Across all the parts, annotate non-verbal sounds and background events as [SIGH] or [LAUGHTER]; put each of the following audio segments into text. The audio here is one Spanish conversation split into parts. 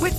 With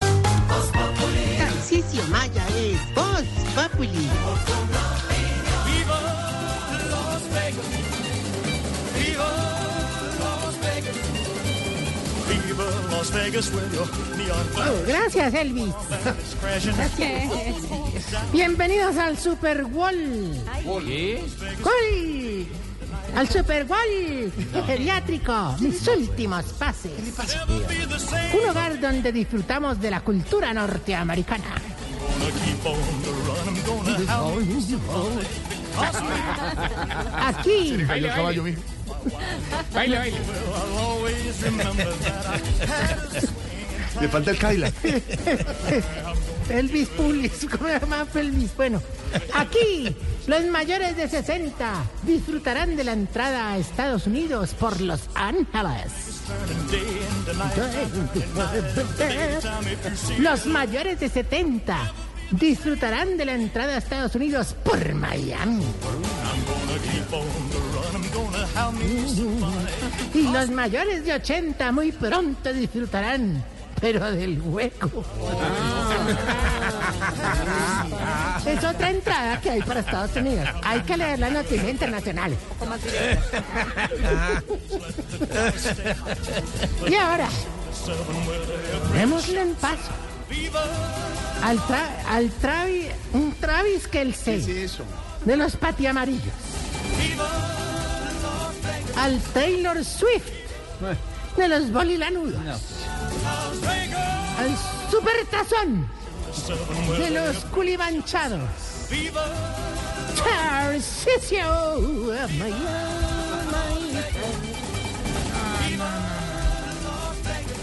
Tarcisio Maya es Voz Populi. Viva Las Vegas. Viva Las Vegas with your neon [LAUGHS] Oh, gracias, Elvis. flags crashing. Bienvenidos al Super Bowl. ¡Gol! Al Super Bowl geriátrico. Mis últimos pases. Never be the same. Un hogar donde disfrutamos de la cultura norteamericana. Gonna keep on the run. I'm gonna out. Aquí, I'll always [LAUGHS] remember that I had a Le falta el Kaila. Elvis Pulis, [LAUGHS] ¿cómo se llama Elvis? Bueno, aquí los mayores de 60 disfrutarán de la entrada a Estados Unidos por Los Ángeles. certain day and the night. Time if you see Los mayores de 70 disfrutarán de la entrada a Estados Unidos por gonna Miami. keep on the run. I'm gonna have me Mm-hmm. some fun. Y los mayores de 80 muy pronto disfrutarán, pero del hueco. Es otra entrada que hay para Estados Unidos. Hay que leer las noticias internacionales. Y ahora, Seven with every démosle en paso Viva. al, tra- al Travis, un Travis Kelsey Eso. de los patiamarillos. Al Taylor Swift Eh. de los bolilanudos. Al Supertazón de los culimanchados. Tarcisio, my,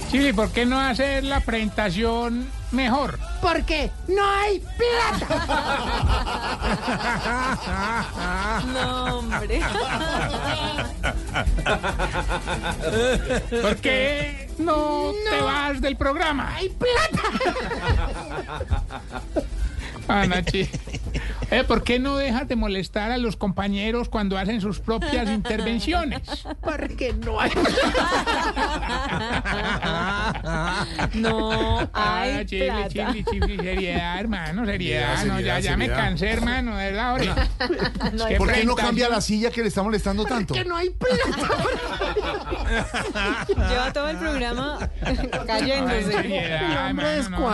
Chile, ¿por qué no hacer la presentación mejor? Porque no hay plata. ¿Por qué no, te vas del programa? Hay plata. Ana, Ah, Chi. Eh, ¿Por qué no dejas de molestar a los compañeros cuando hacen sus propias intervenciones? Porque no hay plata. No Ah, hay Chile, plata. Chile, Chile, seriedad, hermano, seriedad. Seriedad, no, ya, seriedad, ya me seriedad. cansé, hermano, de verdad, ahora. [LAUGHS] ¿Qué ¿Por qué no presentación? cambia la silla que le está molestando tanto? Porque no hay plata. Lleva todo el programa Ay, cayéndose. Ah, seriedad, hombre hermano, no, no.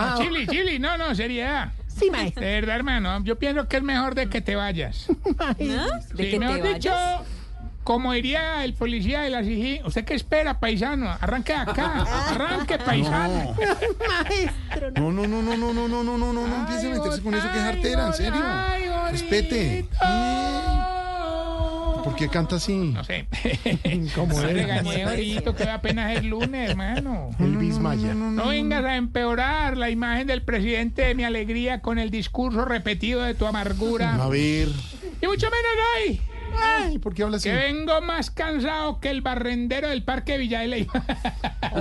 descuajado. Chile, Chile, no, no, seriedad. Sí, maestro. De verdad, hermano, yo pienso que es mejor de que [LAUGHS] te vayas. ¿No? De Sí, que mejor te vayas. dicho, como diría el policía de la CIGI, ¿usted qué espera, paisano? Arranque de acá, [LAUGHS] arranque, paisano. Maestro, no. No, no, no, no, no, no, no, no, no, no, no empiece a meterse con eso que es artera, en serio. Ay, Respete. bonito. ¿Por qué canta así? No sé. [LAUGHS] ¿Cómo es? regañé ahorita que apenas es lunes, hermano. Elvis Maya. No vengas a empeorar la imagen del presidente de mi alegría con el discurso repetido de tu A amargura. ver. Y mucho menos hoy, Ay, ¿por qué habla así? que vengo más cansado que el barrendero del Parque Villa de Leyva.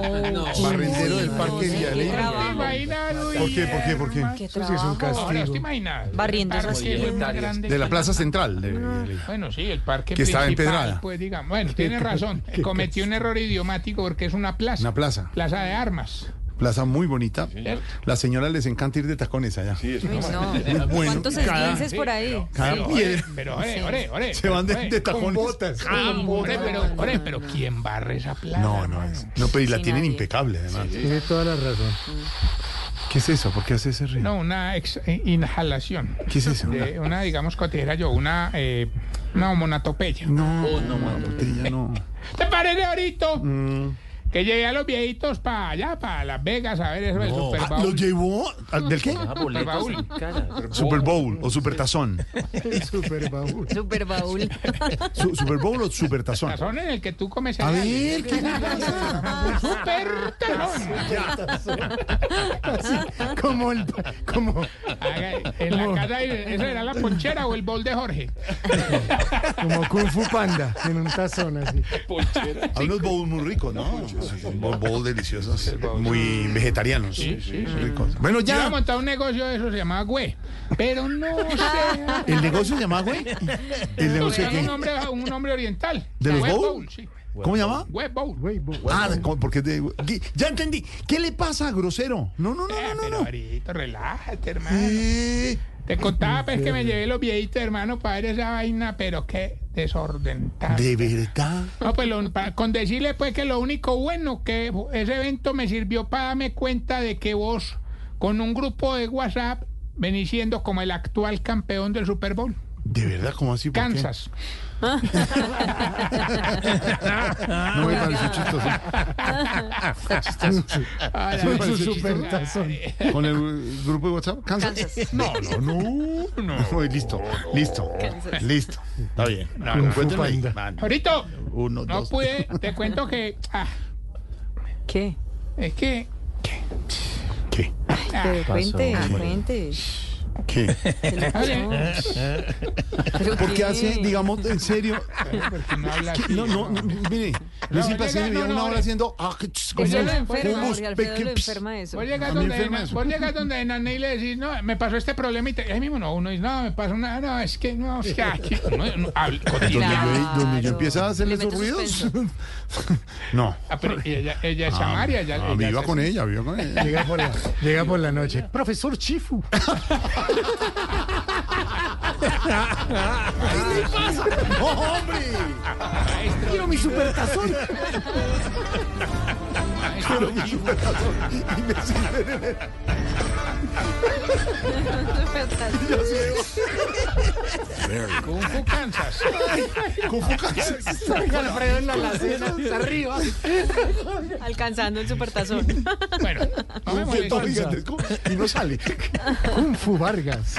Barrendero del Parque Villa de Leyva. ¿Te imaginas, Luis? ¿Por qué? ¿Por qué? ¿Por qué? Qué Eso sí es un trabajo. Ahora, ¿te castigo. imaginas? Barriendo El parque esas fue más grande De la que- Plaza Central. de- de- de- Bueno, sí, el parque Que estaba principal, empedrada. Pues digamos, bueno, tiene razón. Cometí un error idiomático porque es una plaza. Una plaza. Plaza de armas. Plaza muy bonita. señor. Las señoras les encanta ir de tacones allá. Uy, no. Bueno, ¿Cuántos cada- esguinces por ahí? Cada piedra. Pero, ore, ore, ore. Se van de, ore, de tacones. Ah, ore, pero, ore, pero ¿quién barre esa plaza? No, no es. No, pero y la Sí, tienen nadie. impecable, además. Tiene toda la razón. ¿Qué es eso? ¿Por qué hace ese río? No, una ex- eh, inhalación. ¿Qué es eso? De una, digamos, cotillera yo, una, eh, una homonatopeya. Oh, [LAUGHS] No, Mm. no, no, no, no. ¿Te parece ahorita? Que llevé a los viejitos para allá, para Las Vegas, a ver eso del No. Super Ah, ¿Lo Bowl. llevó? ¿Al- ¿Del qué? Super Bowl. Super Bowl o Super Tazón. [LAUGHS] El super baúl. Super baúl. Su- ¿Super Bowl o Super Tazón? Tazón en el que tú comes A ver, cereales. ¿qué le pasa? [LAUGHS] Super tazón. Como el. Como. Haga- En la casa, esa era la ponchera o el bol de Jorge. Como Kung Fu Panda. En un tazón así. Hay unos bowls muy ricos, ¿no? Unos bowls deliciosos, muy vegetarianos. muy ricos. Bueno, Yo iba a ya. montar un negocio de eso, se llamaba Güey. Pero no sé. [LAUGHS] ¿El negocio se llama, güey? ¿El negocio de Era un qué? nombre, un nombre oriental. ¿De los Web bowl? sí. ¿Cómo se llama? Web Bowl. Güey, bo- Ah, de- co- porque es de- ¿qué? ya entendí. ¿Qué le pasa, grosero? No, no, Eh, no, no, pero no. no. ahorita, relájate, hermano. Eh, Te contaba pues que me llevé los viejitos, hermano, para ver esa vaina, pero qué desorden tan- ¿De verdad? No, pues lo- pa- con decirle pues que lo único bueno que ese evento me sirvió para darme cuenta de que vos con un grupo de WhatsApp venís siendo como el actual campeón del Super Bowl. ¿De verdad? ¿Cómo así? ¿Por qué? Kansas. No me pareció chistoso. Ahora, [LAUGHS] Sí, Ah, me pues, parece super chistoso. tazón. ¿Con el [LAUGHS] eh, grupo de WhatsApp? ¿Cansas? [LAUGHS] No, no, no. Uy, listo, listo, listo. Está bien. No, no, encuéntrenme ahí. Man, Ahorita Uno, no dos. pude, te cuento que ah, ¿Qué? es que ¿Qué? Pero cuente, cuente. ¿Qué? oye, Porque hace, digamos, en serio. no habla así, No, no, no, mire. Yo No, siempre llega, hacía no, no, una hora hombre. haciendo. ah, que ch- como Eso Pues lo un- enferma, como un Jorge Alfredo lo espe- que- enferma eso. Vos llegas A mí donde, enferma Ana- eso. vos llegas donde Nané y le decís, no, me pasó este problema y te, ahí mismo no, uno dice, no, me pasó una, no, es que no, o sea, que- no, no, habla- Donde cotidiano. yo, donde Claro. yo empezaba a hacerle Le esos mete ruidos. suspenso. [LAUGHS] no. Ah, pero ella, ella es Samaria, ya Ah, viva con ella, viva con ella. Llega por la, llega por la noche. Profesor [LAUGHS] Chifu. ¡No, hombre! Quiero mi super tazón. Pero mi supertazón, y me sirve de- Kung Fu Kansas. Kung Fu Kansas. Alfredo en la alacena. hasta Arriba. Alcanzando el supertazón. Bueno, no me Fue todo molestes. gigantesco Y no sale. Kung Fu Vargas.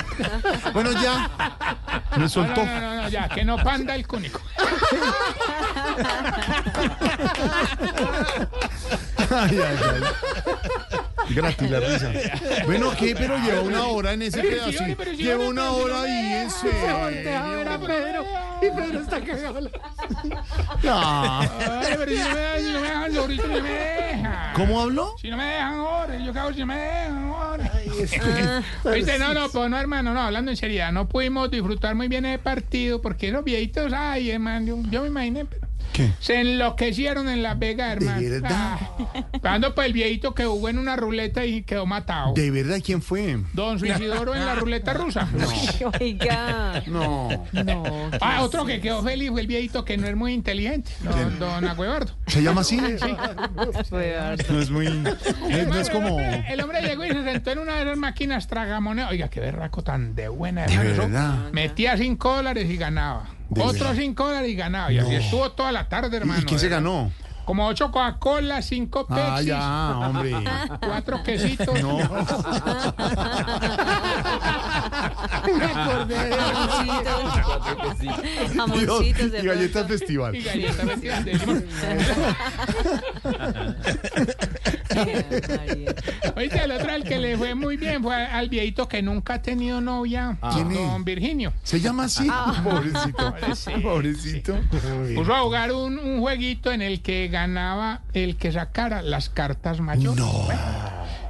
Bueno, ya. Me No, soltó. no, no, no, ya, que no panda el cúnico. Ay, ay, ay. Gratis la risa. Bueno, ¿qué? Pero lleva una hora en ese Pero si pedazo. yo- pero si yo Lleva no una tengo hora y [LAUGHS] idea. ese. Pedro. Y Pedro está cagado. Ah, Ay, pero si no me dejan, si no me dejan, ahorita no me dejan. ¿Cómo habló? Si no me dejan ahora, yo cago si no me dejan ahora. Oíste, no, no, pues no, hermano, no, hablando en seriedad, no pudimos disfrutar muy bien el partido porque los viejitos, ay, hermano, yo, yo me imaginé, pero ¿Qué? se enloquecieron en Las Vegas, hermano. verdad? Cuando pues el viejito que jugó en una ruleta y quedó matado. ¿De verdad quién fue? Don Suicidoro en la ruleta rusa. Oiga. No. No. Ah, otro que quedó feliz fue el viejito que no es muy inteligente, don, don Aguebardo. ¿Se llama así? Fue No es muy. eh, No es como. El hombre llegó y se sentó en una de esas máquinas tragamonedas. Oiga, qué berraco tan de buena. De hermano, eso. verdad. Metía 5 dólares y ganaba. De Otros verdad. 5 dólares y ganaba. Y así estuvo toda la tarde, hermano. eh. ¿Y quién se ganó? Como 8 Coca-Cola, 5 Ah, Pepsi, ya, hombre. 4 quesitos. No. Jamoncitos. Jamoncitos de Y galletas pronto. festival. Y galletas [LAUGHS] metidas de limón. Ay, María. [LAUGHS] Oíste, el otro al que le fue muy bien fue al viejito que nunca ha tenido novia, Ah. ¿Quién es? don Virginio. ¿Se llama así? Ah. [LAUGHS] [LAUGHS] Pobrecito. Pobrecito. Puso a jugar un, un jueguito en el que ganaba el que sacara las cartas mayores. No.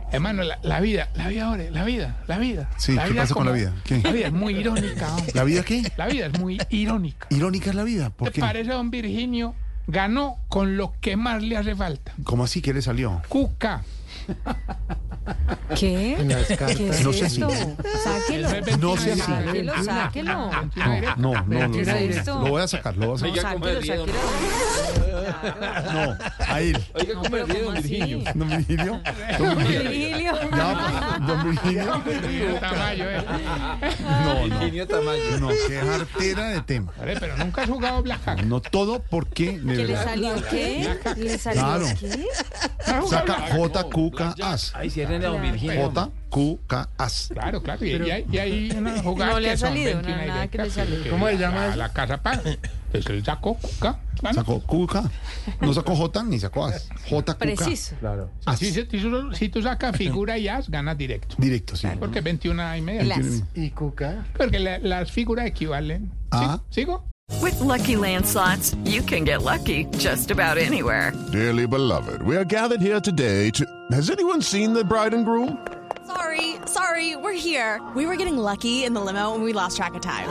Hermano, la, la vida, la vida, ahora, la vida, la vida. Sí, ¿qué pasa con la vida? ¿Qué? La vida es muy irónica. hombre. ¿La vida qué? La vida es muy irónica. Irónica es la vida. ¿Por ¿Te qué? parece, don Virginio? Ganó con lo que más le hace falta. ¿Cómo así que le salió? Cuca. ¿Qué? Las cartas. ¿Qué es No sé esto? si- Sáquelo. No sea así. Sáquelo, sáquelo. Ah, No, no, no, no, ¿Qué es no. esto? Lo voy a sacar, lo voy a sacar. Sáquelo, sáquelo. No, a él. Oiga, ¿cómo pero perdí, ¿cómo don así? Virginio? [LAUGHS] ¿Don Virgilio? ¿Don Virgilio? Virgilio. Ya, ¿Don Virgilio? Virgilio Tamayo, eh. No, no. Virginio Tamayo. No, qué jartera de tema. Hombre, Pero nunca has jugado Blackjack. No todo porque, de ¿Que le verdad. salió qué? ¿Le salió Claro. qué? Saca JQKAS. Ay, si eres de don Virginio. JQKAS. Claro, claro. Y, y hay- [LAUGHS] y hay unas jugadas No le que ha son salido, 21 no, nada que le directas, salió. ¿Cómo se llama La casa paga. Pues él sacó cuca. claro. [LAUGHS] Sacó QK. No sacó J ni sacó AS. JQK. Preciso. Claro. AS. Si, si tú- si tú sacas figura y as, ganas directo. Directo, sí. Porque 21 y media. El as. ¿Y Cuca? Porque la- las figuras equivalen. ¿Sí? Ah. ¿Sigo? With Lucky Land slots, you can get lucky just about anywhere. Dearly beloved, we are gathered here today to. Has anyone seen the bride and groom? Sorry, sorry, we're here. We were getting lucky in the limo and we lost track of time.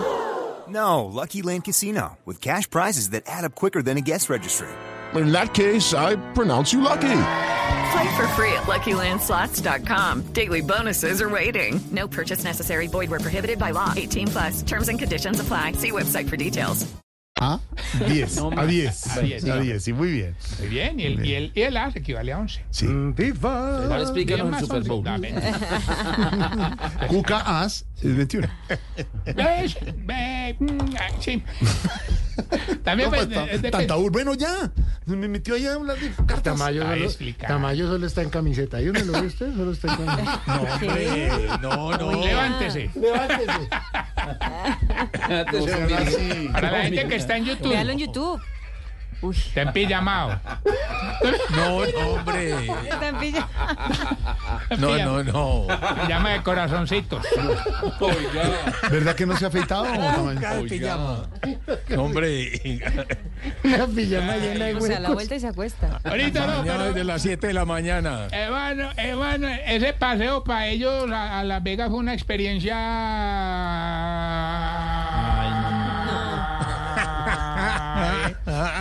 No, Lucky Land Casino, with cash prizes that add up quicker than a guest registry. In that case, I pronounce you Eh, lucky. Play for free at LuckyLandSlots.com. Daily bonuses are waiting. No purchase necessary. Void were prohibited by law. 18 plus. Terms and conditions apply. See website for details. A 10. No más. A 10. A diez, A sí. 10, sí, muy bien. Muy bien. Y el, y el, y el as equivale a 11. Sí. Ahora Viva. explícanos el Super Bowl. QK AS es 21. ¿Ves? Ve, mm, ah, Sí. También No, pues, pues, de- eh, ta- de- Tanta ur- Bueno, ya. [LAUGHS] Me metió allá a hablar de cartas. Tamayo Tamayo solo- solo, Tamayo está en camiseta. ¿Y uno lo ve usted? Solo está en camiseta. No, no. Levántese. Levántese. Ah, [LAUGHS] Levántese, [LAUGHS] don Virgilio. Para la gente que está en Véalo en YouTube. YouTube. Uy, Está en pijamao. No, no, hombre. está en pilla. No, no, no. Llama de corazoncitos. Oiga. [LAUGHS] ¿Verdad que no se [LAUGHS] ha afeitado? Tamayo? Oiga. Hombre. Una pijama llena de O sea, la huecos. vuelta y se acuesta. Ahorita no, Mañana pero... desde las 7 de la mañana. Hermano, hermano, ese paseo para ellos a, a Las Vegas fue una experiencia. Ay,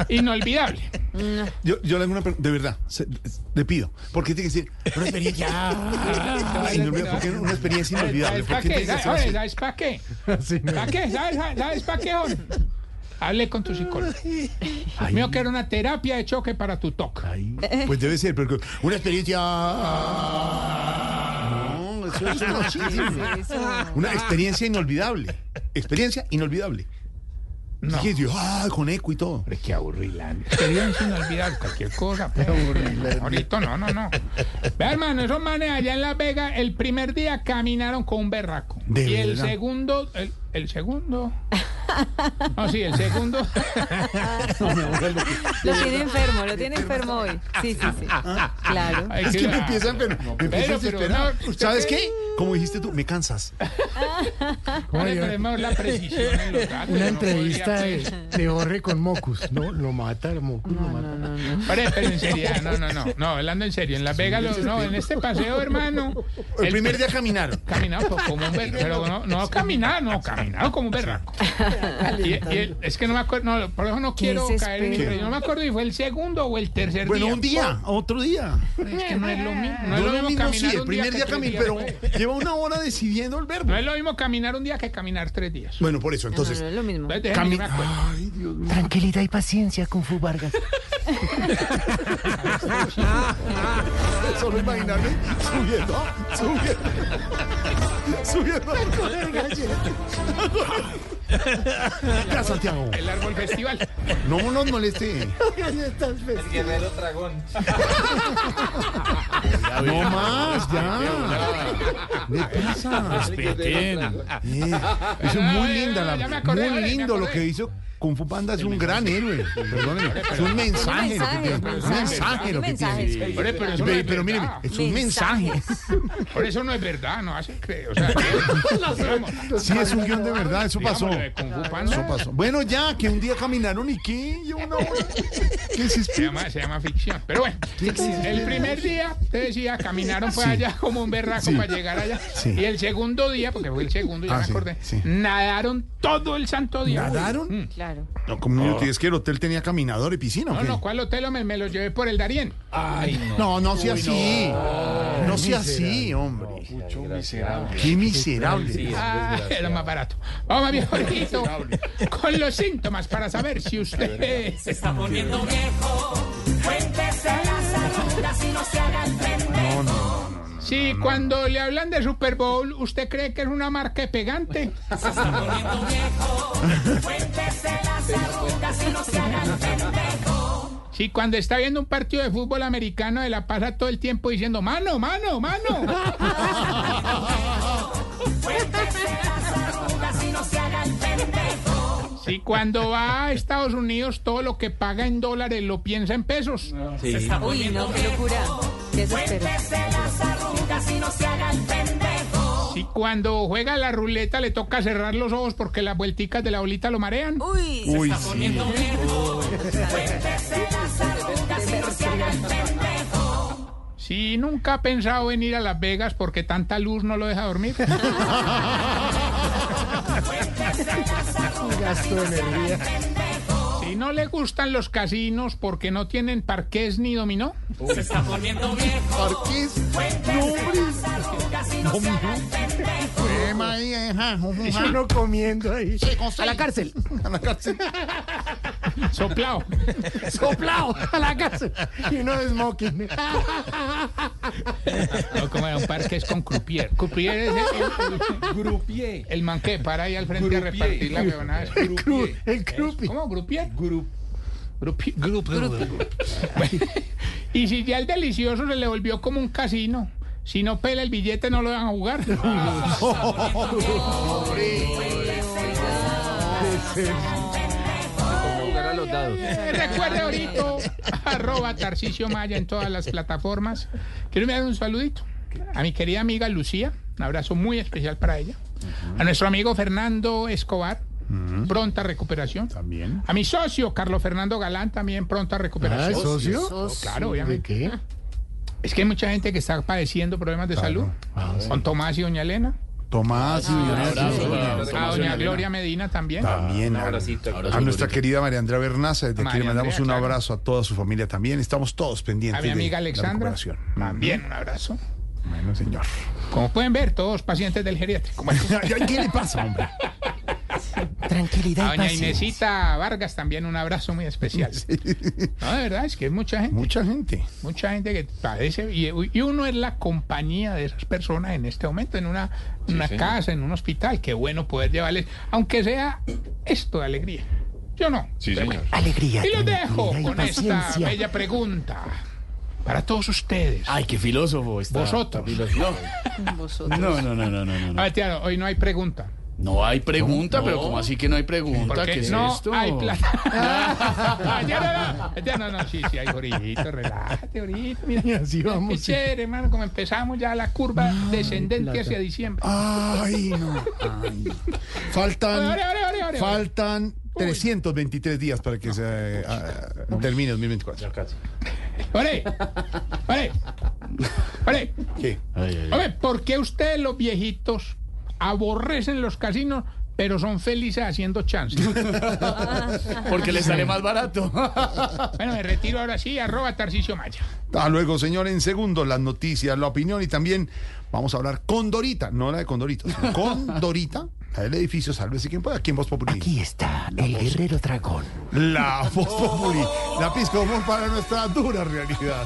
[LAUGHS] Inolvidable. Yo, yo le hago una pregunta, de verdad, se- le pido. ¿Por qué tiene que decir una experiencia inolvidable? ¿Por qué una experiencia ¿Sabes inolvidable? ¿Por para qué tiene qué? que ¿Sabes, ser así? ¿sabes para qué? ¿Para qué? ¿Sabes, sabes, sabes para qué? Jorge? Hable con tu psicólogo. Mío que era una terapia de choque para tu TOC. Pues debe ser, pero una experiencia. No, eso es una, una experiencia inolvidable. Experiencia inolvidable. No. Dije yo, ah, con eco y todo. Hombre, qué aburrilante. Experiencia inolvidable, cualquier cosa. pues. Ahorita no, no, no. Vea, hermano, esos manes allá en Las Vegas, el primer día caminaron con un berraco. ¿De y el verdad? segundo, el, el segundo. No, sí, el [LAUGHS] segundo. Lo tiene enfermo, lo tiene enfermo hoy. Sí, sí, sí. Ah, Claro. Ay, Es que me empiezan, pero No, me empiezan pero, pero, a desesperar. no, usted ¿Sabes qué? qué? Como dijiste tú, me cansas. Vale, pero es mejor la precisión en los datos, Una no podría, entrevista de, pues. de Borre con Mocus. No, lo mata, el Mocus lo mata. Hombre, pero en serio, no, no, no, no, hablando en serio, en Las Vegas, lo- no, en este paseo, hermano, El primer día caminaron. caminado pues, como un berraco, pero no, no caminar, [LAUGHS] no, caminado como un berraco. Y, y el- es que no me acuerdo, no, por eso no quiero caer en desespero. el no me acuerdo si fue el segundo o el tercer Bueno, día. un día, otro día. Es que no es lo mismo, no es No, lo no, mismo mismo, caminar sí, el un día primer que día tres camin, días, pero pues. lleva una hora decidiendo el verbo. No es lo mismo caminar un día que caminar tres días. Bueno, por eso, entonces. no, no es lo mismo. Entonces, déjenme cami- irme a cuenta. Ay, Dios mío. Tranquilidad y paciencia, Kung Fu [LAUGHS] Vargas. Solo imaginarme subiendo, subiendo, subiendo. A correr galletas. Ya, Santiago. el árbol festival. No nos moleste. Galletas pues. fest- Guerrero dragón. No [LAUGHS] más, ya. De prisa. Eh, eso es muy linda, la- Ah, Ya me acordé, muy ya me lindo lo acordé. que hizo Kung Fu Panda es un gran héroe. Perdóneme, es un mensaje, lo que tiene, mensaje, un mensaje lo que Ah, mensaje. tiene. Hombre, pero eso no Ve, es Pero míreme, verdad. es un mensaje. Por eso no es verdad, no hacen creer. O sea, digamos, Sí, es un guión de verdad, eso pasó. digamos, lo de Kung Fu Panda. Eso pasó. Bueno, ya, que un día caminaron y qué, ya una hora. ¿Qué es Se esto? llama, se llama ficción. Pero bueno, el primer día, te decía, caminaron pues allá como un berraco Sí. para para llegar allá. Sí. Y el segundo día, porque fue el segundo, ya Ah, me sí, acordé, sí. nadaron todo el santo día. ¿Nadaron? Mm. Claro. No, como Oh. no, es que el hotel tenía caminador y piscina. ¿o No, qué? no, ¿cuál hotel me, me lo llevé por el Darién? Ay, No, no sea así. No, sea así, hombre. Qué miserable. Ah, era más barato. Vamos, viejo Jorgito, con los síntomas para saber si usted se está poniendo No, no. Sí, cuando le hablan de Super Bowl, ¿usted cree que es una marca de pegante? Sí, cuando está viendo un partido de fútbol americano, de la pasa todo el tiempo diciendo, mano, mano, mano. Sí, cuando va a Estados Unidos, todo lo que paga en dólares lo piensa en pesos. Sí. Uy, no, qué locura. Qué desespero. Sí, cuando juega la ruleta le toca cerrar los ojos porque las vuelticas de la bolita lo marean. Uy, Uy, sí. Sí, nunca ha pensado en ir a Las Vegas porque tanta luz no lo deja dormir. Gasto de energía. Si no le gustan los casinos porque no tienen parqués ni dominó. Parquís. No, hombre. No, no. Tema ahí, ajá. Uno comiendo ahí. A la cárcel. A la cárcel. [LAUGHS] Soplao. Soplado. A la cárcel. Y uno de smoking. No, como era un parqués con croupier. Croupier es el, Grupié. el man que para ahí al frente a Grupier. repartir la huevonada. El cru- El crupi. ¿Cómo? ¿Grupier? Grup. Grupi- grup- Bueno, y si ya el delicioso se le volvió como un casino, si no pela el billete no lo van a jugar. jugar a los dados. Eh, Recuerde ahorita, arroba Tarcicio Maya en todas las plataformas. Quiero enviar un saludito a mi querida amiga Lucía, un abrazo muy especial para ella. A nuestro amigo Fernando Escobar, pronta recuperación. También. A mi socio, Carlos Fernando Galán, también pronta Ah, recuperación. ¿es socio? Claro, ¿De obviamente. qué? Es que hay mucha gente que está padeciendo problemas de salud. Ah, Con Tomás y Doña Elena. Tomás y Diana, abrazo sí, para- Diana. A Tomás y Doña Doña Elena. Gloria Medina también. También. Un abracito. A nuestra querida María Andrea Bernaza, desde aquí le María mandamos Andrea, un claro. abrazo a toda su familia también. Estamos todos pendientes A mi de amiga la Alexandra. recuperación. También un abrazo. Bueno, señor. Como pueden ver, todos pacientes del geriátrico. Bueno, [LAUGHS] Ay, ¿Qué le pasa, hombre? a Tranquilidad. y doña paciencia. Inesita Vargas también un abrazo muy especial. No, de verdad, es que es mucha gente, Mucha gente. mucha gente que padece y, y uno es la compañía de esas personas en este momento, en una, una casa, en un hospital. Qué bueno poder llevarles, aunque sea esto de alegría. Yo no. pero bueno. Alegría. Y los dejo tranquilidad y con esta paciencia. bella pregunta para todos ustedes. Ay, qué filósofo está. Vosotros. está filósofo. Vosotros. No, no, no, no, no, no. A No, ver, Tiago, hoy no hay pregunta. No hay pregunta, pero ¿cómo así que no hay pregunta? Porque ¿Qué es no esto? hay [LAUGHS] plata. [LAUGHS] ya no, no, ya no, no, sí, sí, hay jorillito, relájate, jorillito, mira. Y así Qué vamos. sí. chévere, hermano, como empezamos ya la curva descendente hacia diciembre. Ay, no. Ay. Faltan, Ore, ore, ore, ore. faltan 323 días para que se eh, ah, termine 2024. Ore, ore, ore. ¿Qué? Ay, ay, ay. Hombre, ¿por qué ustedes los viejitos aborrecen los casinos, pero son felices haciendo chances? Porque le sale más barato. bueno, me retiro ahora sí, arroba Tarcicio Maya. Hasta luego, señor. En segundos, las noticias, la opinión y también vamos a hablar con Dorita, no la de Condorito, [LAUGHS] sino con Dorita, la del edificio Sálvese quien pueda, aquí en Voz Populi. Aquí está el guerrero dragón. La Voz Populi, la pizca de humor para nuestra dura realidad.